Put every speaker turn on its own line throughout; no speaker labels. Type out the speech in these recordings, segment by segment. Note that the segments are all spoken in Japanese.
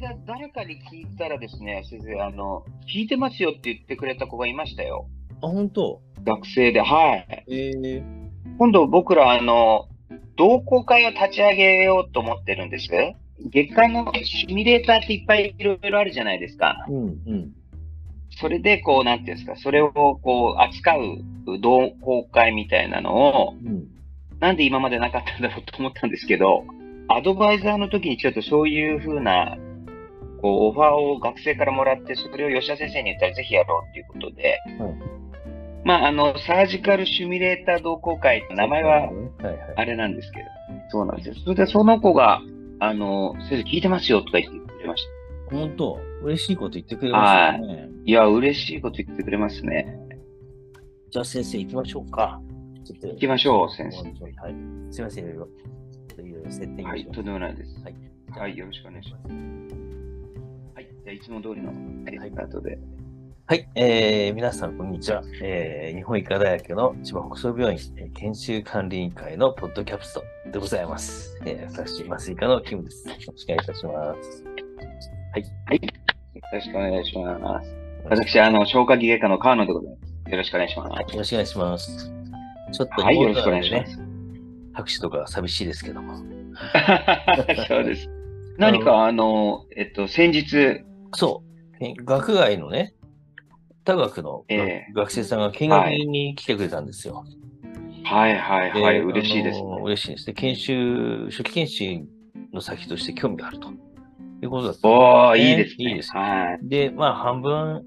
だ誰かに聞いたらですね、先生、あの、聞いてますよって言ってくれた子がいましたよ。
あ、本当
学生で。はい。
えー、
今度僕ら、あの、同好会を立ち上げようと思ってるんです。月間のシミュレーターっていっぱいいろいろあるじゃないですか。
うんうん。
それで、こう、なんていうんですか、それをこう、扱う同好会みたいなのを、
うん、
なんで今までなかったんだろうと思ったんですけど、アドバイザーの時にちょっとそういうふうな、こう、オファーを学生からもらって、それを吉田先生に言ったらぜひやろうっていうことで、
はい
まあ、あの、サージカルシミュレーター同好会、名前
な
は
るほどねはいはい。
あれなんですけど、そうなんですよ。それでその子が、あの、先生聞いてますよとか言ってくれました。
本当嬉しいこと言ってくれましたね。
いや、嬉しいこと言ってくれますね。
じゃあ先生行きましょうか。ちょっと
行きましょう、先生。
はい。すみません、いろいろ。ちょっといろいろ設定
はい、とんでもないです。
はい
はい、よろしくお願いします。はい、じゃあいつも通りの、はい、スタートで。
はい、えー、皆さん、こんにちは、えー。日本医科大学の千葉北総病院えー研修管理委員会のポッドキャストでございます。えー、私、麻酔科のキムです。よろしくお願いいたします。
よろしくお願いします。私、あの、消化器外科の川野でございます。よろしくお願いします。
よろしくお願いします。ちょっと、
はい、よろしくお願いし
リモートな
ま。
んですね。拍手とか寂しいですけども。
そうです。何か、あの、えっと、先日、
そう、え学外のね、他学の、
ええ
学生さんが見学に来てくれたんですよ。
はいはい
で
はい、嬉しいですね。
あの嬉しいですね。研修、初期研修の先として興味があるということだった。
おー、いいですね。
いいです
は
で、まあ、半分、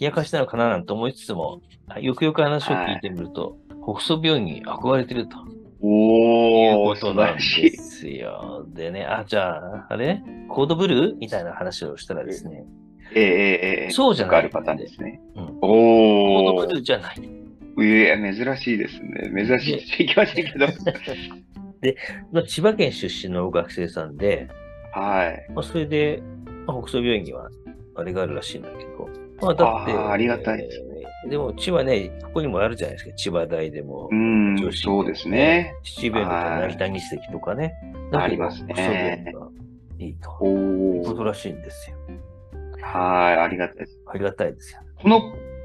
冷やかしなのかななんて思いつつも、よくよく話を聞いてみると、北総病院に憧れてると
い。
いう
お
こ
ー、素
と
晴
なん
らし
で
い。
すよ。でね、あ、じゃあ、あれコードブルーみたいな話をしたらですね、
ええええええ
そうじゃ
よく
な
あ
い
るパターンですね。
うんコー
お
ドブルーじゃない。
ー、いや、珍しいですね。珍しいです。いきませんけど。
まあ千葉県出身の学生さんで、
はい。
まあ、それで、まあ、北総病院にはあれがあるらしいんだけど、まあ、だって、
あーありがたいです
えーでも、千葉ね、ここにもあるじゃないですか、千葉大でも、
うん
女、子でも
そうですね。。
秩父病院とか成田日赤とかね、
ありますね
北総病院がいいと。
お
こと
ー、
らしいんですよ。
はい、ありがたいです。
ありがた いですよ。
この、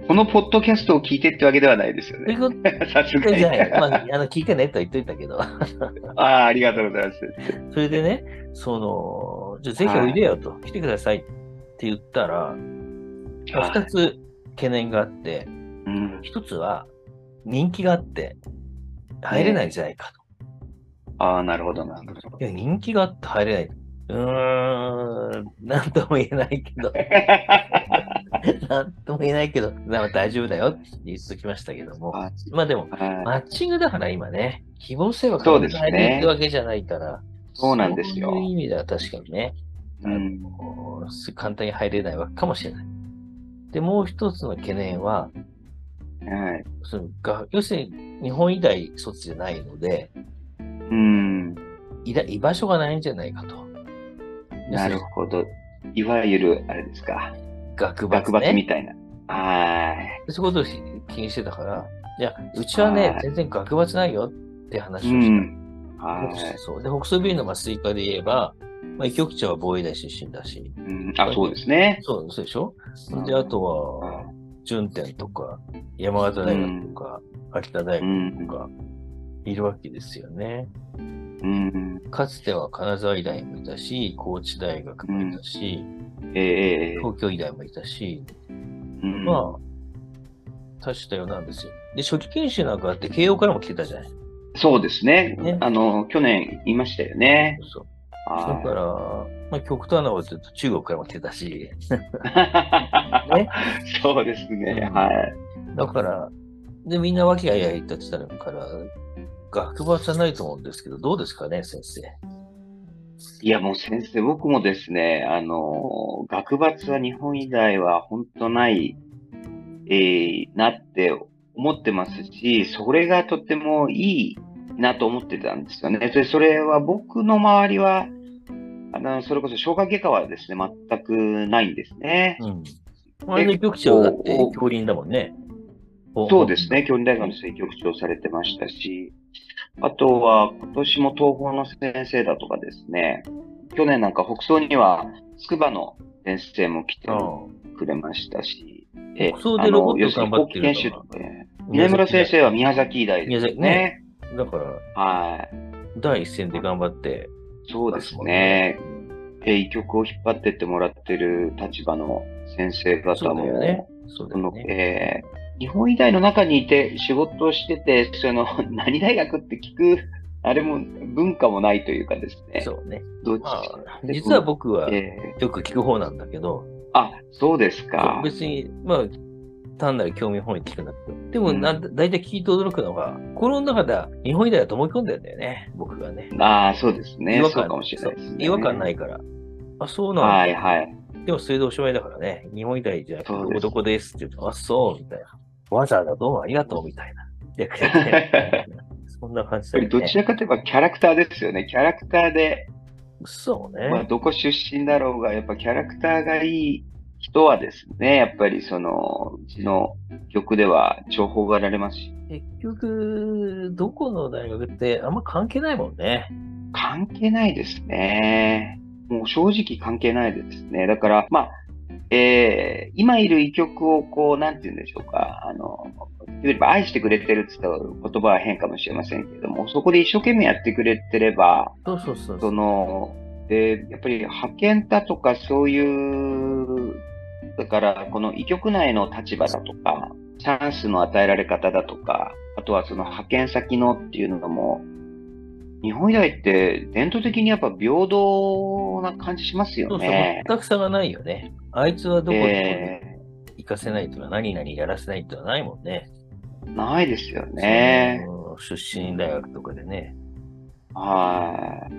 このポッドキャストを聞いてってわけではないですよ
という
ね。
こと
さすが
で
に。
じゃない、ま
あ
あ、あの聞いてねとは言っといたけど、
あー、ありがとうございます。
それでね、その、じゃあぜひおいでよと、来てくださいって言ったら、まあ
はい
二つ懸念があって、
うん、
一つは人気があって入れないんじゃないか
ああ、なるほど、なるほど
と。。いや、人気があって入れない。うーん、なんとも言えないけ ど、なんとも言えないけど、まあ大丈夫だよって言っときましたけども。
はい
まあでも、
はい
マッチングだから今ね、希望性は
そうですね
入れるってわけじゃないから、
そうなんですよ
そういう意味では確かにね、
うん
もうす簡単に入れないわけかもしれない。で、もう一つの懸念は、
はい
そのが要するに日本医大卒じゃないので、
うん、
いら居場所がないんじゃないかと。
なるほど。いわゆる、あれですか、
学
バク
閥、
バク
ね。
みたいな。は
そういうことをし気にしてたから、いや、うちはね
は、い
全然学閥ないよって話
い。
を
う
し
ん。
た。
は
そうで、北総病院の麻酔科で言えば、まあ、医局長は防衛大出身だし、
い。うんあ、そうですね。
そうそうでしょで、あとは、順天とか、山形大学とか、秋田大
う
学
ん
と。か、いるわけですよね。
うん。
かつては金沢医大もいたし、高知大学もいたし、
ええええ
東京医大もいたし、
うん
まあ、多種多様なんですよ。で、初期研修なんかあって、慶応からも来てたじゃない。
そうですね
ね。
あの、去年言いましたよね。
そうだ
は
か
い
ら、まあ、極端なこと言うと中国からも来てたし、ね
そうですね、
うん
はい。
だから、で、みんな訳あいあい言ったってたから、学部はじゃないと思うんですけど、どうですかね、先生。
いや、もう先生、僕もですね、あの、学閥は日本以外は本当ない、えーなって思ってますし、それがとてもいいなと思ってたんですよね。で、それは僕の周りは、あの、それこそ消化外科はですね、全くないんですね。
うん。あれの局長だって
おお
教輪だもんね。
そうですね、京林大学の政局長をされてましたし、あとは今年も東方の先生だとかですね、去年なんか北総には筑波の先生も来て
うん。
くれましたし、
国葬でロボットを頑張って
あの要する
る
に
の
後
は
期研修って、稲村先生は宮崎医大ですね。ね
だから、
はい。
第一線で頑張って、
そうですね。えー、医局を引っ張ってってもらってる立場の先生
そ
方
うだ
も、
よね。そうだ
そ
よ
の
ね。
えー日本医大の中にいて仕事をしてて、その 何大学って聞く、あれも文化もないというかですね。
そうね。
どっち
ま
か
あ、実は僕はよ
え
く聞く方なんだけど、
ーあ、そうですか。
別に、まあ、単なる興味本位で聞くんだけど、でもな、
うん
大体聞いて驚くのが、心の中では日本医大は思い込んでんだよね、僕がね。
ああ、そうですね。
違和
そ
感
うかもしれないです
そう
ね。。
違和感ないいから。あ、そうなんだ。
はいはい。
でもそれでおしまいだからね、日本医大じゃなくて
そう
ど
です
こどこですって言うと、あ、そう、みたいな。わざわざどうもありがとう、み たいな。いやくれてそんな感じ
や
だ
っぱりど
よ
ち
ね。
らかといえばキャラクターですよね。キャラクターで、
そうね。
まあ、どこ出身だろうが、やっぱキャラクターがいい人はですね、やっぱりその、うちの曲では重宝がられますし、
結局、どこの大学ってあんま関係ないもんね。
関係ないですね。もう正直関係ないですね。だから、まあ、えー今いる医局をこう、なんて言うんでしょうか、あの、いわゆる愛してくれてるって言ったら言葉は変かもしれませんけども、そこで一生懸命やってくれてれば、
そうそうそう
その、で、やっぱり派遣だとかそういう、だからこの医局内の立場だとか、チャンスの与えられ方だとか、あとはその派遣先のっていうのも、日本以外って伝統的にやっぱ平等な感じします
そ
よ
うそう、
ね。
全く差がないよね。あいつはどこに
え
行かせないとか、何々やらせないとかないもんね。
ーないですよね。
その出身大学とかでね。
はい。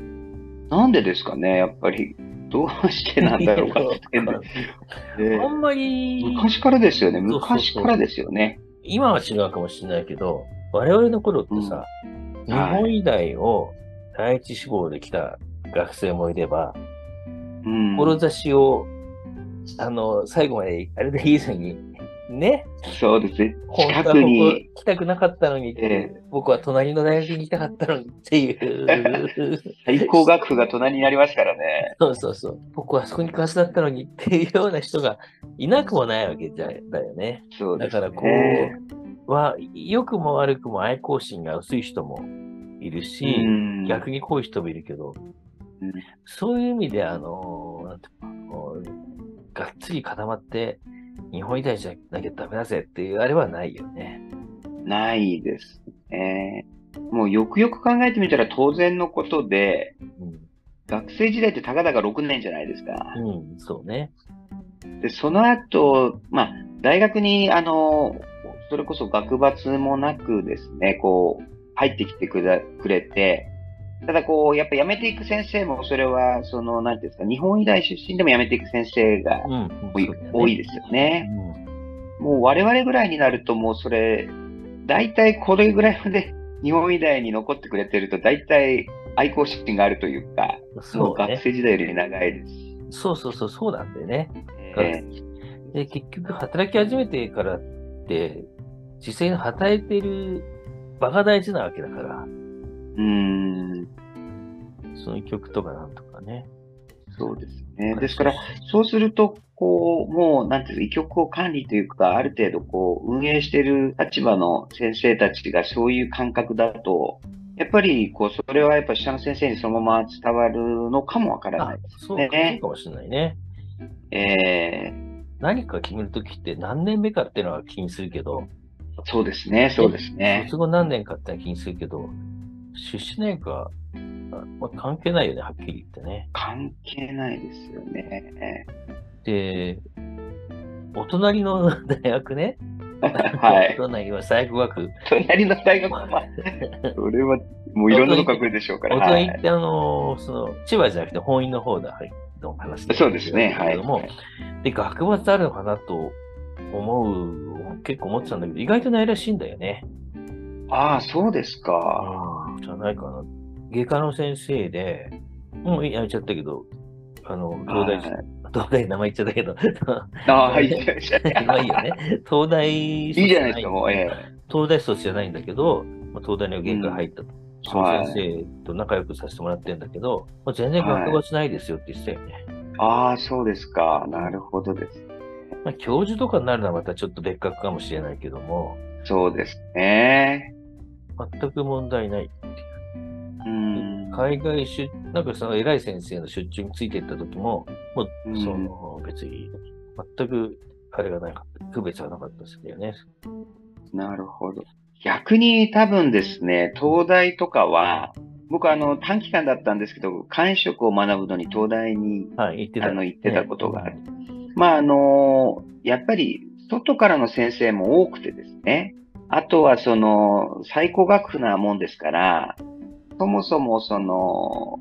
なんでですかね、やっぱり。どうしてなんだろうかって言 ってんで。
あんまり、
昔からですよね。
そうそうそう
昔からですよね。
今は違うかもしれないけど、我々の頃ってさ、日本医大を第一志望で来た学生もいれば、
うん
志を、あの、最後まで、あれでいいのに、ね、
そうですね。
本当
近
はここ
くに、
来たくなかったのに、
え え
僕は隣の大学に行きたかったのにっていう。
最高学府が隣にありますからね。
そうそうそう。僕はそこに詳しだったのにっていうような人がいなくもないわけじゃだよね。
そうで
だ
すね。
からこう、は、良くも悪くも愛好心が薄い人もいるし、
うん、
逆に濃い人もいるけど、
うん
そういう意味で、あの、なんていうのこうがっつり固まって、日本医大じゃなきゃダメだぜっていうあれはないよね。
ないですね。もうよくよく考えてみたら当然のことで、
うん、
学生時代ってたかだか6年じゃないですか。
うん、そうね。
で、その後、まあ、大学に、あの、それこそ学罰もなくですね、こう、入ってきてくだくれて、ただこう、やっぱ辞めていく先生も、それは、その、なんていうんですか、日本医大出身でも辞めていく先生が
うん、
多い,、多いですよね。
ね。
もう我々ぐらいになるともうそれ、大体これぐらいまで日本医大に残ってくれてると大体愛好心があるというか、
うん、
も
そうう
学
ね。
生時代より長いですし。
そうそうそう、そうなんだよね。
え
で、結局働き始めてからって、実際に働いてる場が大事なわけだから、
ーうーん、
その曲とかなんとかね。
そうですね。ですから、そうすると、こう、もう、なんていうの、医局を管理というか、ある程度、こう、運営している立場の先生たちがそういう感覚だと、やっぱり、こう、それはやっぱ下の先生にそのまま伝わるのかもわからな
あ
い。、
そう
ね
そうかもしれないね。
えー
何か決めるときって何年目かっていうのは気にするけど、
そうですね、そうですね。
卒後何年かってのは気にするけど、出資年か、あまあ、関係ないよね、はっきり言ってね。
関係ないですよね。
で、お隣の大学ね、
はい。
お隣は最悪学、
隣の大学は、それはもういろんなとこ来るでしょうか
お
ら。は
隣っ
い、
てあのーその、千葉じゃなくて本院の方だ、はい、の話
そうですね、
だ
は
け
い
ど。も、で、学閥あるのかなと思う、結構思ってたんだけど、意外とないらしいんだよね。
ああ、そうですか。
ああ、じゃないかな。外科の先生で、もうやめちゃったけど、あの、東大、
はい
東大名前言っちゃったけど、
ああ、いいじゃないですか。
まあいいよね。東大
いいじゃないですか、もう。え
東大卒じゃないんだけど、まあ東大の外科入ったと。その
はい
先生と仲良くさせてもらってるんだけど、まあ全然学校はしないですよって言ってたよね。
えああ、そうですか。なるほどです。
まあ、教授とかになるのはまたちょっと別格かもしれないけども、
そうですね。
全く問題ない。
うん。
海外出、なんかその偉い先生の出張について行った時も、もう
うん
その別に全くあれがなかった、区別はなかったですよね。
なるほど。逆に多分ですね、東大とかは、僕あの短期間だったんですけど、官職を学ぶのに東大に
はい、言ってた。
あの行ってたことがある。まああの、やっぱり外からの先生も多くてですね、あとはその最高学府なもんですから、そもそもその、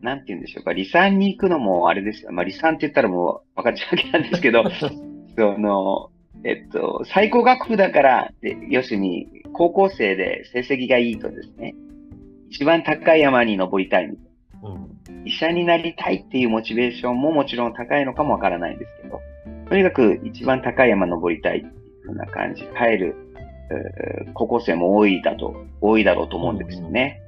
なんて言うんでしょうか、離散に行くのもあれですよ。まあ離散って言ったらもう分かっちゃうわけなんです けど、その、えっと、最高学府だから、で要するに高校生で成績がいいとですね、一番高い山に登りたいみたいな
うん。
医者になりたいっていうモチベーションももちろん高いのかもわからないんですけど、とにかく一番高い山登りたいっていうふうな感じで帰る、えー高校生も多いだと、多いだろうと思うんですよね。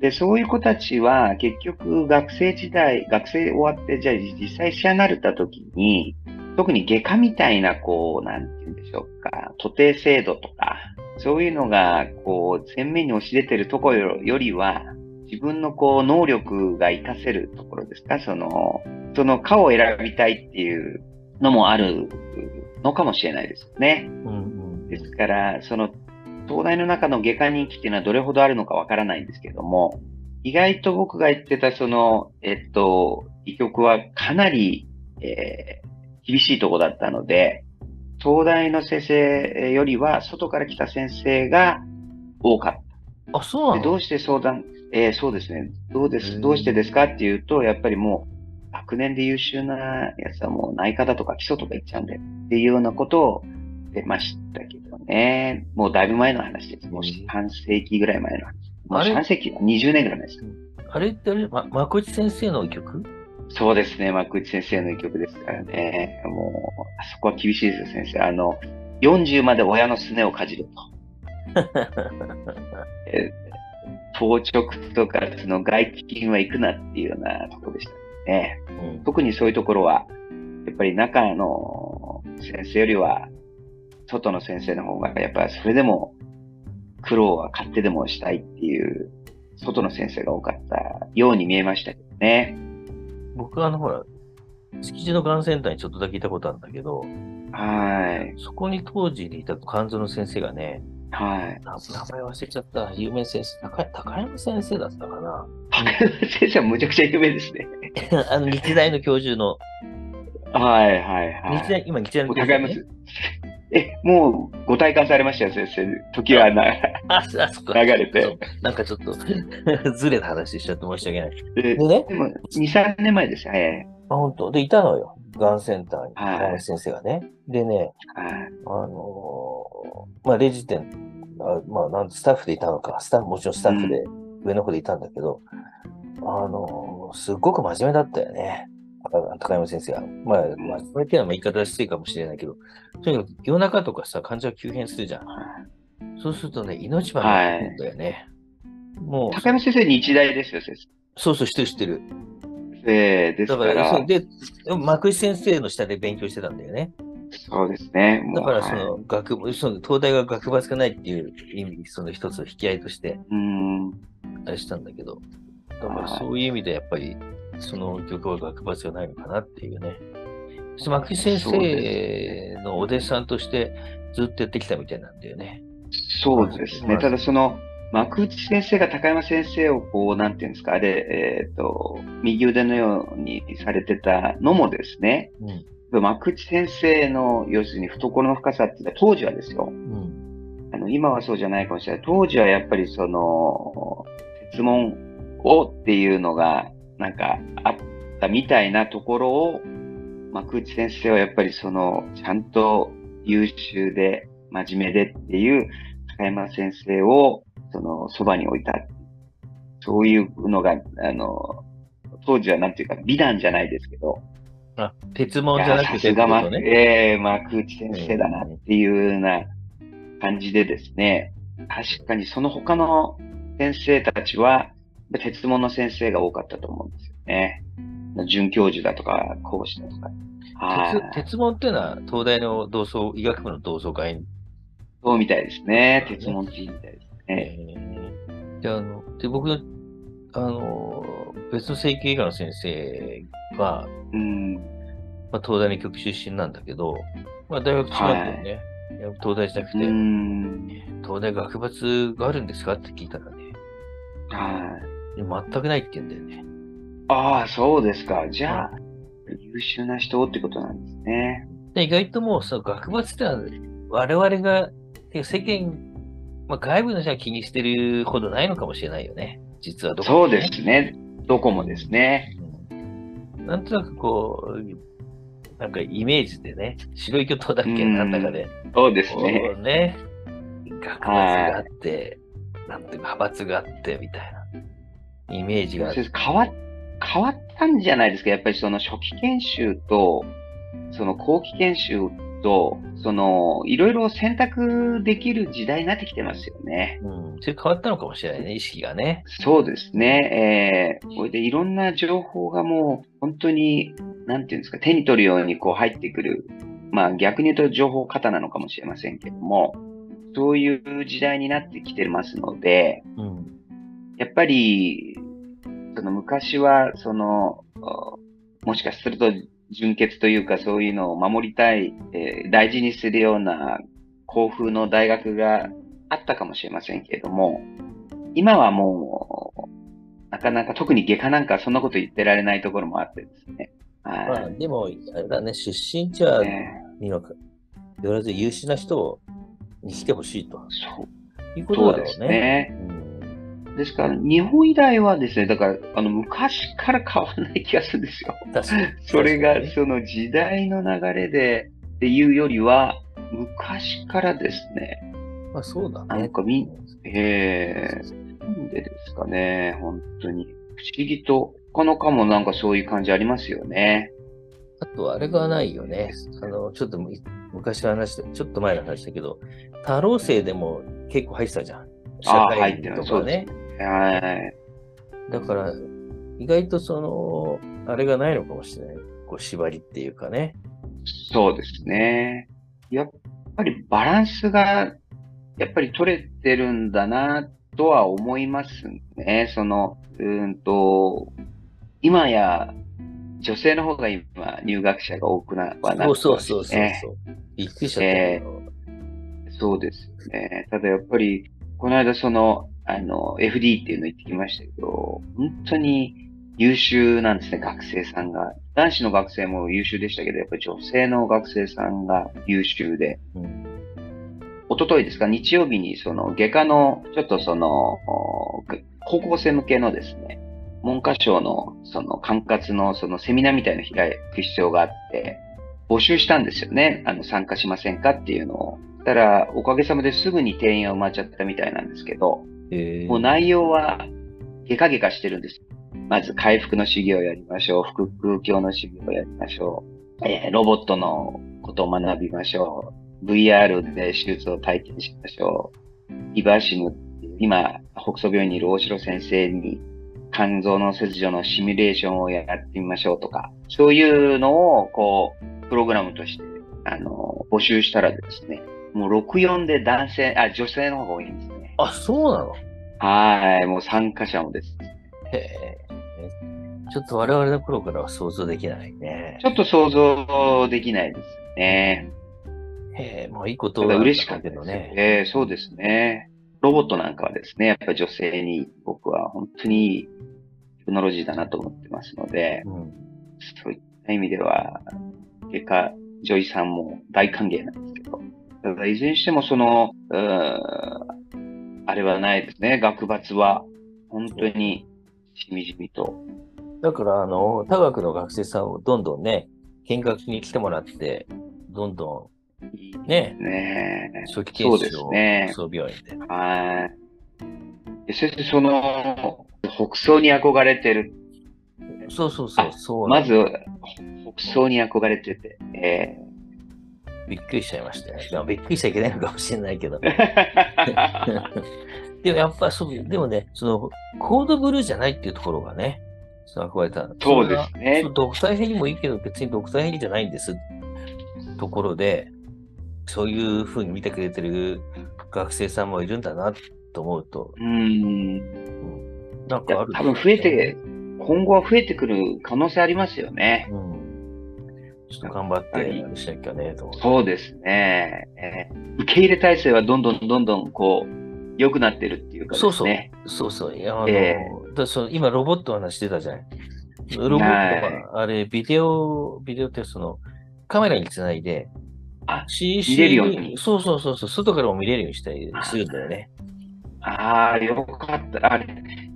で、そういう子たちは結局学生時代、学生終わって、じゃあ実際医者になれた時に、特に外科みたいな、こう、なんて言うんでしょうか、徒弟制度とか、そういうのが、こう、前面に押し出てるところよりは、自分のこう能力が活かせるところですかその、その科を選びたいっていうのもあるのかもしれないですよね。
うん
ですから、その、東大の中の外科人気っていうのはどれほどあるのかわからないんですけども、意外と僕が言ってたその、えっと、医局はかなり、えー厳しいとこだったので、東大の先生よりは外から来た先生が多かった。
あ、そうな
で
の
どうして相談、えーそうですね、どうで
う
す、
ん
どうしてですかっていうと、やっぱりもう、学年で優秀なやつはもう内科だとか基礎とか言っちゃうんで、っていうようなことを出ましたけどね。もうだいぶ前の話です。もう
うん
半世紀ぐらい前の話。もう
あれ
半世紀、20年ぐらい前です。
あれってあれ、ま、幕内先生の 曲
そうですね、幕内先生の一曲ですからね。もう、あそこは厳しいですよ、先生。あの、40まで親のすねをかじると。えー当直とか、その外勤は行くなっていうようなとこでしたね。
うん。
特にそういうところは、やっぱり中の先生よりは、外の先生の方が、やっぱりそれでも苦労は勝手でもしたいっていう、外の先生が多かったように見えましたけどね。
僕はあの、ほら、築地のがんセンターにちょっとだけいたことあるんだけど、
はい。
そこに当時にいた肝臓の先生がね、
はい。
な名前忘れちゃった、有名先生、高高山先生だったかな。
先生はむちゃくちゃ有名ですね。
あの日大の教授の、
はい、はい、はい。
日大、今日大の教
疑
授、
います。え、もうご体感されましたよ、先生。時はな、
あ、あそっか。
流れて
そう。なんかちょっと ずれた話しちゃって申し訳ない。
で
でね、
でも、2、3年前ですね。
あ本当で、いたのよ。がんセンターに、
はい
高山先生がね。でね、
はいはい。
あのーまあ、レジ店、あまあ、なんスタッフでいたのか、スタッフ、もちろんスタッフで、上の方でいたんだけど、あのーすっごく真面目だったよね。高高山先生は。まあ、まあ、それっていうのはまあ言い方が失礼かもしれないけど、とにかく夜中とかさ、患者が急変するじゃん。そうするとね、命まで来るんだよね。もう、
高山先生、日大ですよ、先
そうそう、知ってる知ってる。
生。です
だ
か
から、
ら、
そうで、幕内先生の下で勉強してたんだよね。
そうですね。も
だ
う
から、そ
はい
の、学部、その、東大が学閥がないっていう意味、その一つの引き合いとして、
うん。
あれしたんだけど、だから
はい
そういう意味でやっぱり、その曲は学閥がないのかなっていうね。そして牧師先
そうで
生のお弟子さんとしてずっとやってきたみたいなんだよね。
そうですね。ただ、その、幕内先生が高山先生を、こう、なんていうんですか、あれ、えっ、と、右腕のようにされてたのもですね、
うん。
幕内先生の、要するに懐の深さっていうのは、当時はですよ。
うん。
あの、今はそうじゃないかもしれない。当時はやっぱりその、質問をっていうのが、なんかあったみたいなところを、幕内先生はやっぱりその、ちゃんと優秀で、真面目でっていう、高山先生を、その、そばに置いた。そういうのが、あの、当時はなんていうか、美談じゃないですけど、
あ、鉄門じゃなくて、
いやさすが幕、
ってことね
ええ幕内先生だなっていうような感じでですね、確かにその他の先生たちは、鉄門の先生が多かったと思うんですよね。准教授だとか、講師だとか。はい。
鉄鉄門っていうのは、東大の同窓、医学部の同窓会
そうみたいですね。
そうね
鉄門っていいみたいですね。
えーで、あの、で、僕の、あの、別の整形外科の先生が、
うん。
まあ、東大の局出身なんだけど、まあ、大学違うんだよね。いや東大じゃなく
う
て、
ん。
東大学閥があるんですかって聞いたらね、
はい。
いや全くないって言うんだよね。
ああ、そうですか。じゃあ、優秀な人ってことなんですね。
で意外ともう、その学閥ってのは、我々が、てか世間、まあ、外部の人が気にしてるほどないのかもしれないよね。実はどこ
そ
も
う
ね
ですね。どこもですね。
うんなんとなくこう、なんかイメージでね、白い巨頭だっけ、
うん
なんだかで、
そうです
こ
ね。
うね、学閥があって、なんていうか派閥があってみたいなイメージがある。
先生変わ、変わったんじゃないですか。やっぱりその初期研修と、その後期研修と、その、いろいろ選択できる時代になってきてますよね。
うん、それ変わったのかもしれないね、意識がね。
そうですね。えー、これでいろんな情報がもう本当に、なんていうんですか、手に取るようにこう入ってくる。まあ逆に言うと情報過多なのかもしれませんけども、そういう時代になってきてますので、
うん。
やっぱり、その昔は、その、あもしかすると純潔というかそういうのを守りたい、えー大事にするような校風の大学があったかもしれませんけれども、今はもう、なかなか特に外科なんかそんなこと言ってられないところもあってですね。
ま
は。
あ、でも、あれだね、出身地はい
ね
にはよらず優秀な人をに来てほしいと
そう
いうこと
そ
だ
う
ろ
です
うね。
ね。
うん
ですから、日本以来はですね、だから、あの、昔から変わらない気がするんですよ。
確かに
それ
確
が
かにね
その時代の流れでっていうよりは、昔からですね。
まあそうだね。
なんかみんえ
そうそう
ー、なんでですかね、本当に。不思議と、他の科もなんかそういう感じありますよね。
あとあれがないよね。あの、ちょっとむ昔の話で、ちょっと前の話だけど、太郎生でも結構入ってたじゃん。社
あー
会人と
入
か
って
ね。
はい。
だから、意外とその、あれがないのかもしれない。こう、縛りっていうかね。
そうですね。やっぱりバランスが、やっぱり取れてるんだな、とは思いますね。その、うーんと、今や、女性の方が今、入学者が多くな、はなって
そ
ま
う
す
そうそうそう。
ね
びっくりしちゃったけど。
そうですよね。ただやっぱり、この間その、あの、FD っていうの行ってきましたけど、本当に優秀なんですね、学生さんが。男子の学生も優秀でしたけど、やっぱり女性の学生さんが優秀で、
うん
一昨日ですか、日曜日にその外科の、ちょっとその、おく高校生向けのですね、文科省のその管轄のそのセミナーみたいなの開く必要があって、募集したんですよね。あの、参加しませんかっていうのを。そしたら、おかげさまですぐに定員は埋まっちゃったみたいなんですけど、
えー
もう内容は、ゲカゲカしてるんです。まず、回復の修行をやりましょう。腹腔鏡の修行をやりましょう。えーロボットのことを学びましょう。VR で手術を体験しましょう。リバーシムっていう、今、北総病院にいる大城先生に、肝臓の切除のシミュレーションをやってみましょうとか、そういうのを、こう、プログラムとして、あの、募集したらですね、もう64で男性、あ、女性の方が多いんですね。
あ、そうなの
はい、もう参加者もです。
へえ。ちょっと我々の頃からは想像できないね
ち。ょっと想像できないですね。
へえ、まあいいこと
ただ嬉しかった
け
で
ど
す
ね
ね。。えーそうですね。ロボットなんかはですね、やっぱり女性に僕は本当にいいテクノロジーだなと思ってますので、
うん、
そういった意味では、結果、ジョイさんも大歓迎なんですけど、ただいずれにしてもその、うーんあれはないですね、学罰は、本当にしみじみと。
だから、あの、他学の学生さんをどんどんね、見学に来てもらって、どんど
いい
んね、
ねえ
初期研
そうで
修
す
を
ね
総病院で。
はい。先生、その、北総に憧れてる。
そうそうそう、
あ
そう
ま
なの。
ず、北総に憧れてて。え
びっくりしちゃいましたね。でもびっくりしちゃいけないのかもしれないけど。
ー
でもやっぱそう、でもね、その、コードブルーじゃないっていうところがね、その憧れた。
そうですね
そんな独裁編にもいいけど、別に独裁編じゃないんです。ところで、そういうふうに見てくれてる学生さんもいるんだなと思うと、
うん。い
なんか
や
ある、
多分増えて、今後は増えてくる可能性ありますよね。
うん。ちょっと頑張って、
はい
あれしなきゃね、と思って。
そうですね。えー受け入れ体制はどんどんどんどん、こう、良くなってるっていうかです
そうそう
ね。
そうそう。いやあの
え
だその今、ロボットの話出たじゃない。ロボッ
は
ト
い
が、あれ、ビデオ、ビデオってその、カメラにつないで、
あ
CC
見れるように
そうそうそうそう、外からも見れるようにしたりするんだよね。
ああ、よかった。あれ、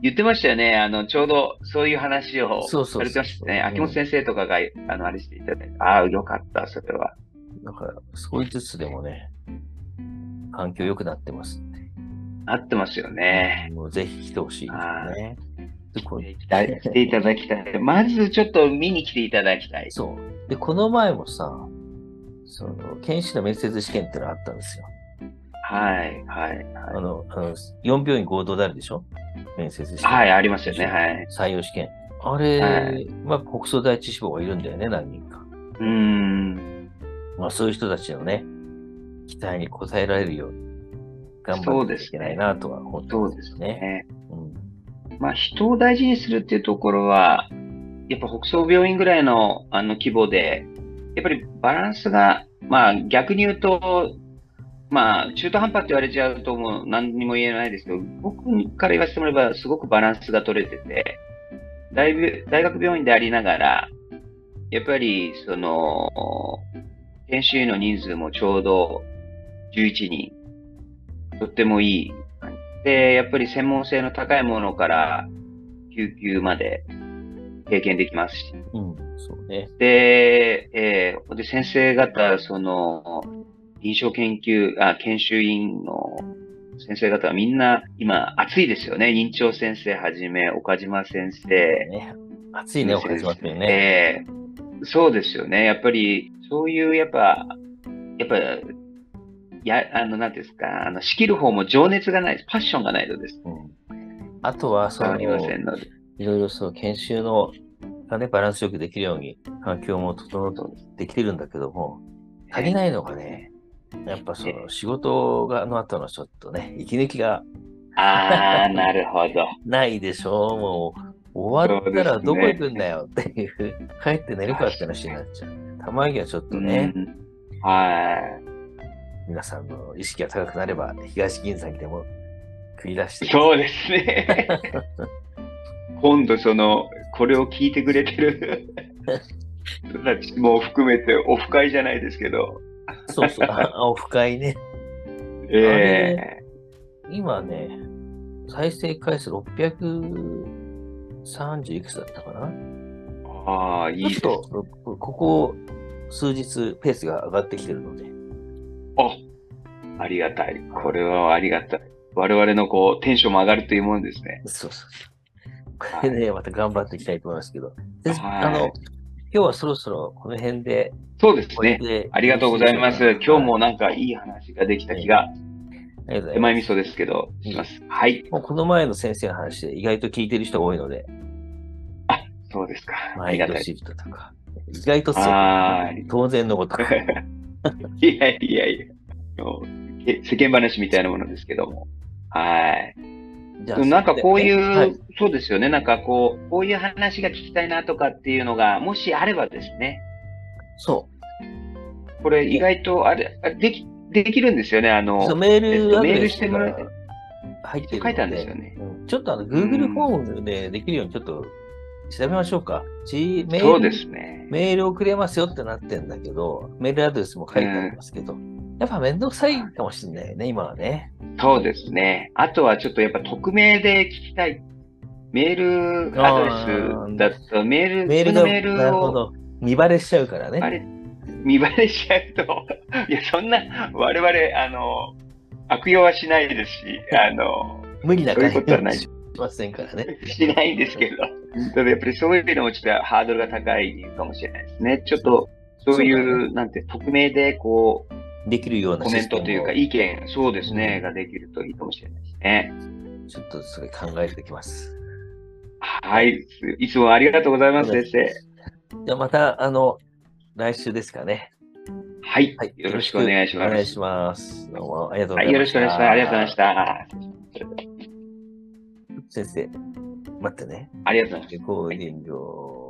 言ってましたよね。あの、ちょうどそういう話を
そうそうそう
されてました
う
ね。
ん
秋元先生とかが、あの、あれしていただいて。ああ、よかった、それは。
だから、少しずつでもね、環境良くなってます。
合ってますよね。
もうぜひ来てほしいですね。でこう
だ来ていただきたい。まずちょっと見に来ていただきたい。
そう。で、この前もさ、その、研修の面接試験ってのがあったんですよ。
はい、はい、
あ
は
の、あの4病院合同であるでしょ面接試
い。
験。
はい、ありますよね。はい。
採用試験。あれ、
はい
まあ、国葬第一志望がいるんだよね、何人か。
うーん。
まあ、そういう人たちのね、期待に応えられるように、頑張っていけないなとは思って
そ
ま
う
す
です
ね。
ね。
うん
まあ、人を大事にするっていうところは、やっぱ北総病院ぐらいのあの規模で、やっぱりバランスが、まあ、逆に言うと、まあ、中途半端って言われちゃうともう何にも言えないですけど、僕から言わせてもらえばすごくバランスが取れてて、大ぶ大学病院でありながら、やっぱり、その、研修医の人数もちょうど11人、とってもいい感じで、やっぱり専門性の高いものから救急まで経験できますし、
うん、そうね。
で、えーで先生方、その、臨床研究、あ、研修員の先生方はみんな今熱いですよね。院長先生はじめ、岡島先生、
ね暑いね、お始まってるね。
ええそうですよね。やっぱり、そういう、やっぱ、やっぱ、や、あの、なんていうんですか、あの、仕切る方も情熱がないです。パッションがないとです。
うん、あとは、そ
わか
の、
りませんので。
いろいろその研修のがね、バランスよくできるように環境も整ってきてるんだけども、足りないのがね、やっぱその仕事がの後のちょっとね、息抜きが
ああ、なるほど。
ないでしょう、もう終わったらどこ行くんだよっていう、帰って寝るかって話になっちゃう。たまにはちょっとね、
うんは
皆さんの意識が高くなれば、東銀座にでも繰り出して
い。、そうです ね。今度、その、これを聞いてくれて る人たちも含めて、オフ会じゃないですけど、
そうそう、あオフ会ね。
ええ
今ね、再生回数630いくつだったかな
ああ、いいです
ちょっと、ここ数日ペースが上がってきてるので、
あ、ありがたい。これはありがたい。我々のこう、テンションも上がるというものですね。
そうそうそう。これね、また頑張っていきたいと思いますけど、で
はい
あの、今日はそろそろこの辺で、
そうですね。
で
ありがとうございます。今日も
はい
なんかいい話ができた気が、
ありがとうござ
手
いま
前味噌ですけど、します。はい。
す。もうこの前の先生の話で意外と聞いてる人が多いので、
そうですか。あ
マ
り
イン
が
ド
たい。
シフトとか、意外とっすよ
はーい
当然のこと か。
いやいやいや。もうけ世間話みたいなものですけども。はい。で
じ
もなんかこうい、
はいう
そうですよね。なんかこう、こういう話が聞きたいなとかっていうのが、もしあればですね。
そう。
これ意外と、あれ、あでき、できるんですよね。あの、
そうメー
えっ
ル
と
アド
メー
レ
ル
ス
してもらえた
が入ってるの
書いたんですよね
うんちょっとあの Google フォームでできるようにちょっと調べましょうか。G メ
そう
ー
で
ル
すね。
メール送れますよってなってんだけど、メールアドレスも書いてありますけど、やっぱめんどくさいかもしれないよね、今はね。
そうですね。あとはちょっとやっぱ匿名で聞きたい。メールアドレスだと、メール、
メール
そ
が、
のメー
な
ル
るほ
を、
ど。見バレしちゃうから
あ
ね。
れ、見バレしちゃうと、 いや、そんな、我々、あの、悪用はしないですし、あの、
無理な
そういうことは
感
ない
じしませんからね。
しないんですけど、ただやっぱりそういうのもちょっとハードルが高いかもしれないですね。ちょっと、そうい
そう
う、なんて、匿名で、こう、
できるような
コメントというか、
シス
意見、そうです
う
ね、
ん
ができるといいかもしれないですね。
テムをちょっとそれ考えておきます。
はい。いつもありがとうございます、先生。
じゃあまた、あの、来週ですかね。
はい
はい。。
よろしくお願いしま
お願い
す。
します。どうもありがとうご
は
ざいました。
い。よろしくお願いします。ありがとうございました。
先生、待ってね。
ありがとうございました。
レコーディングを。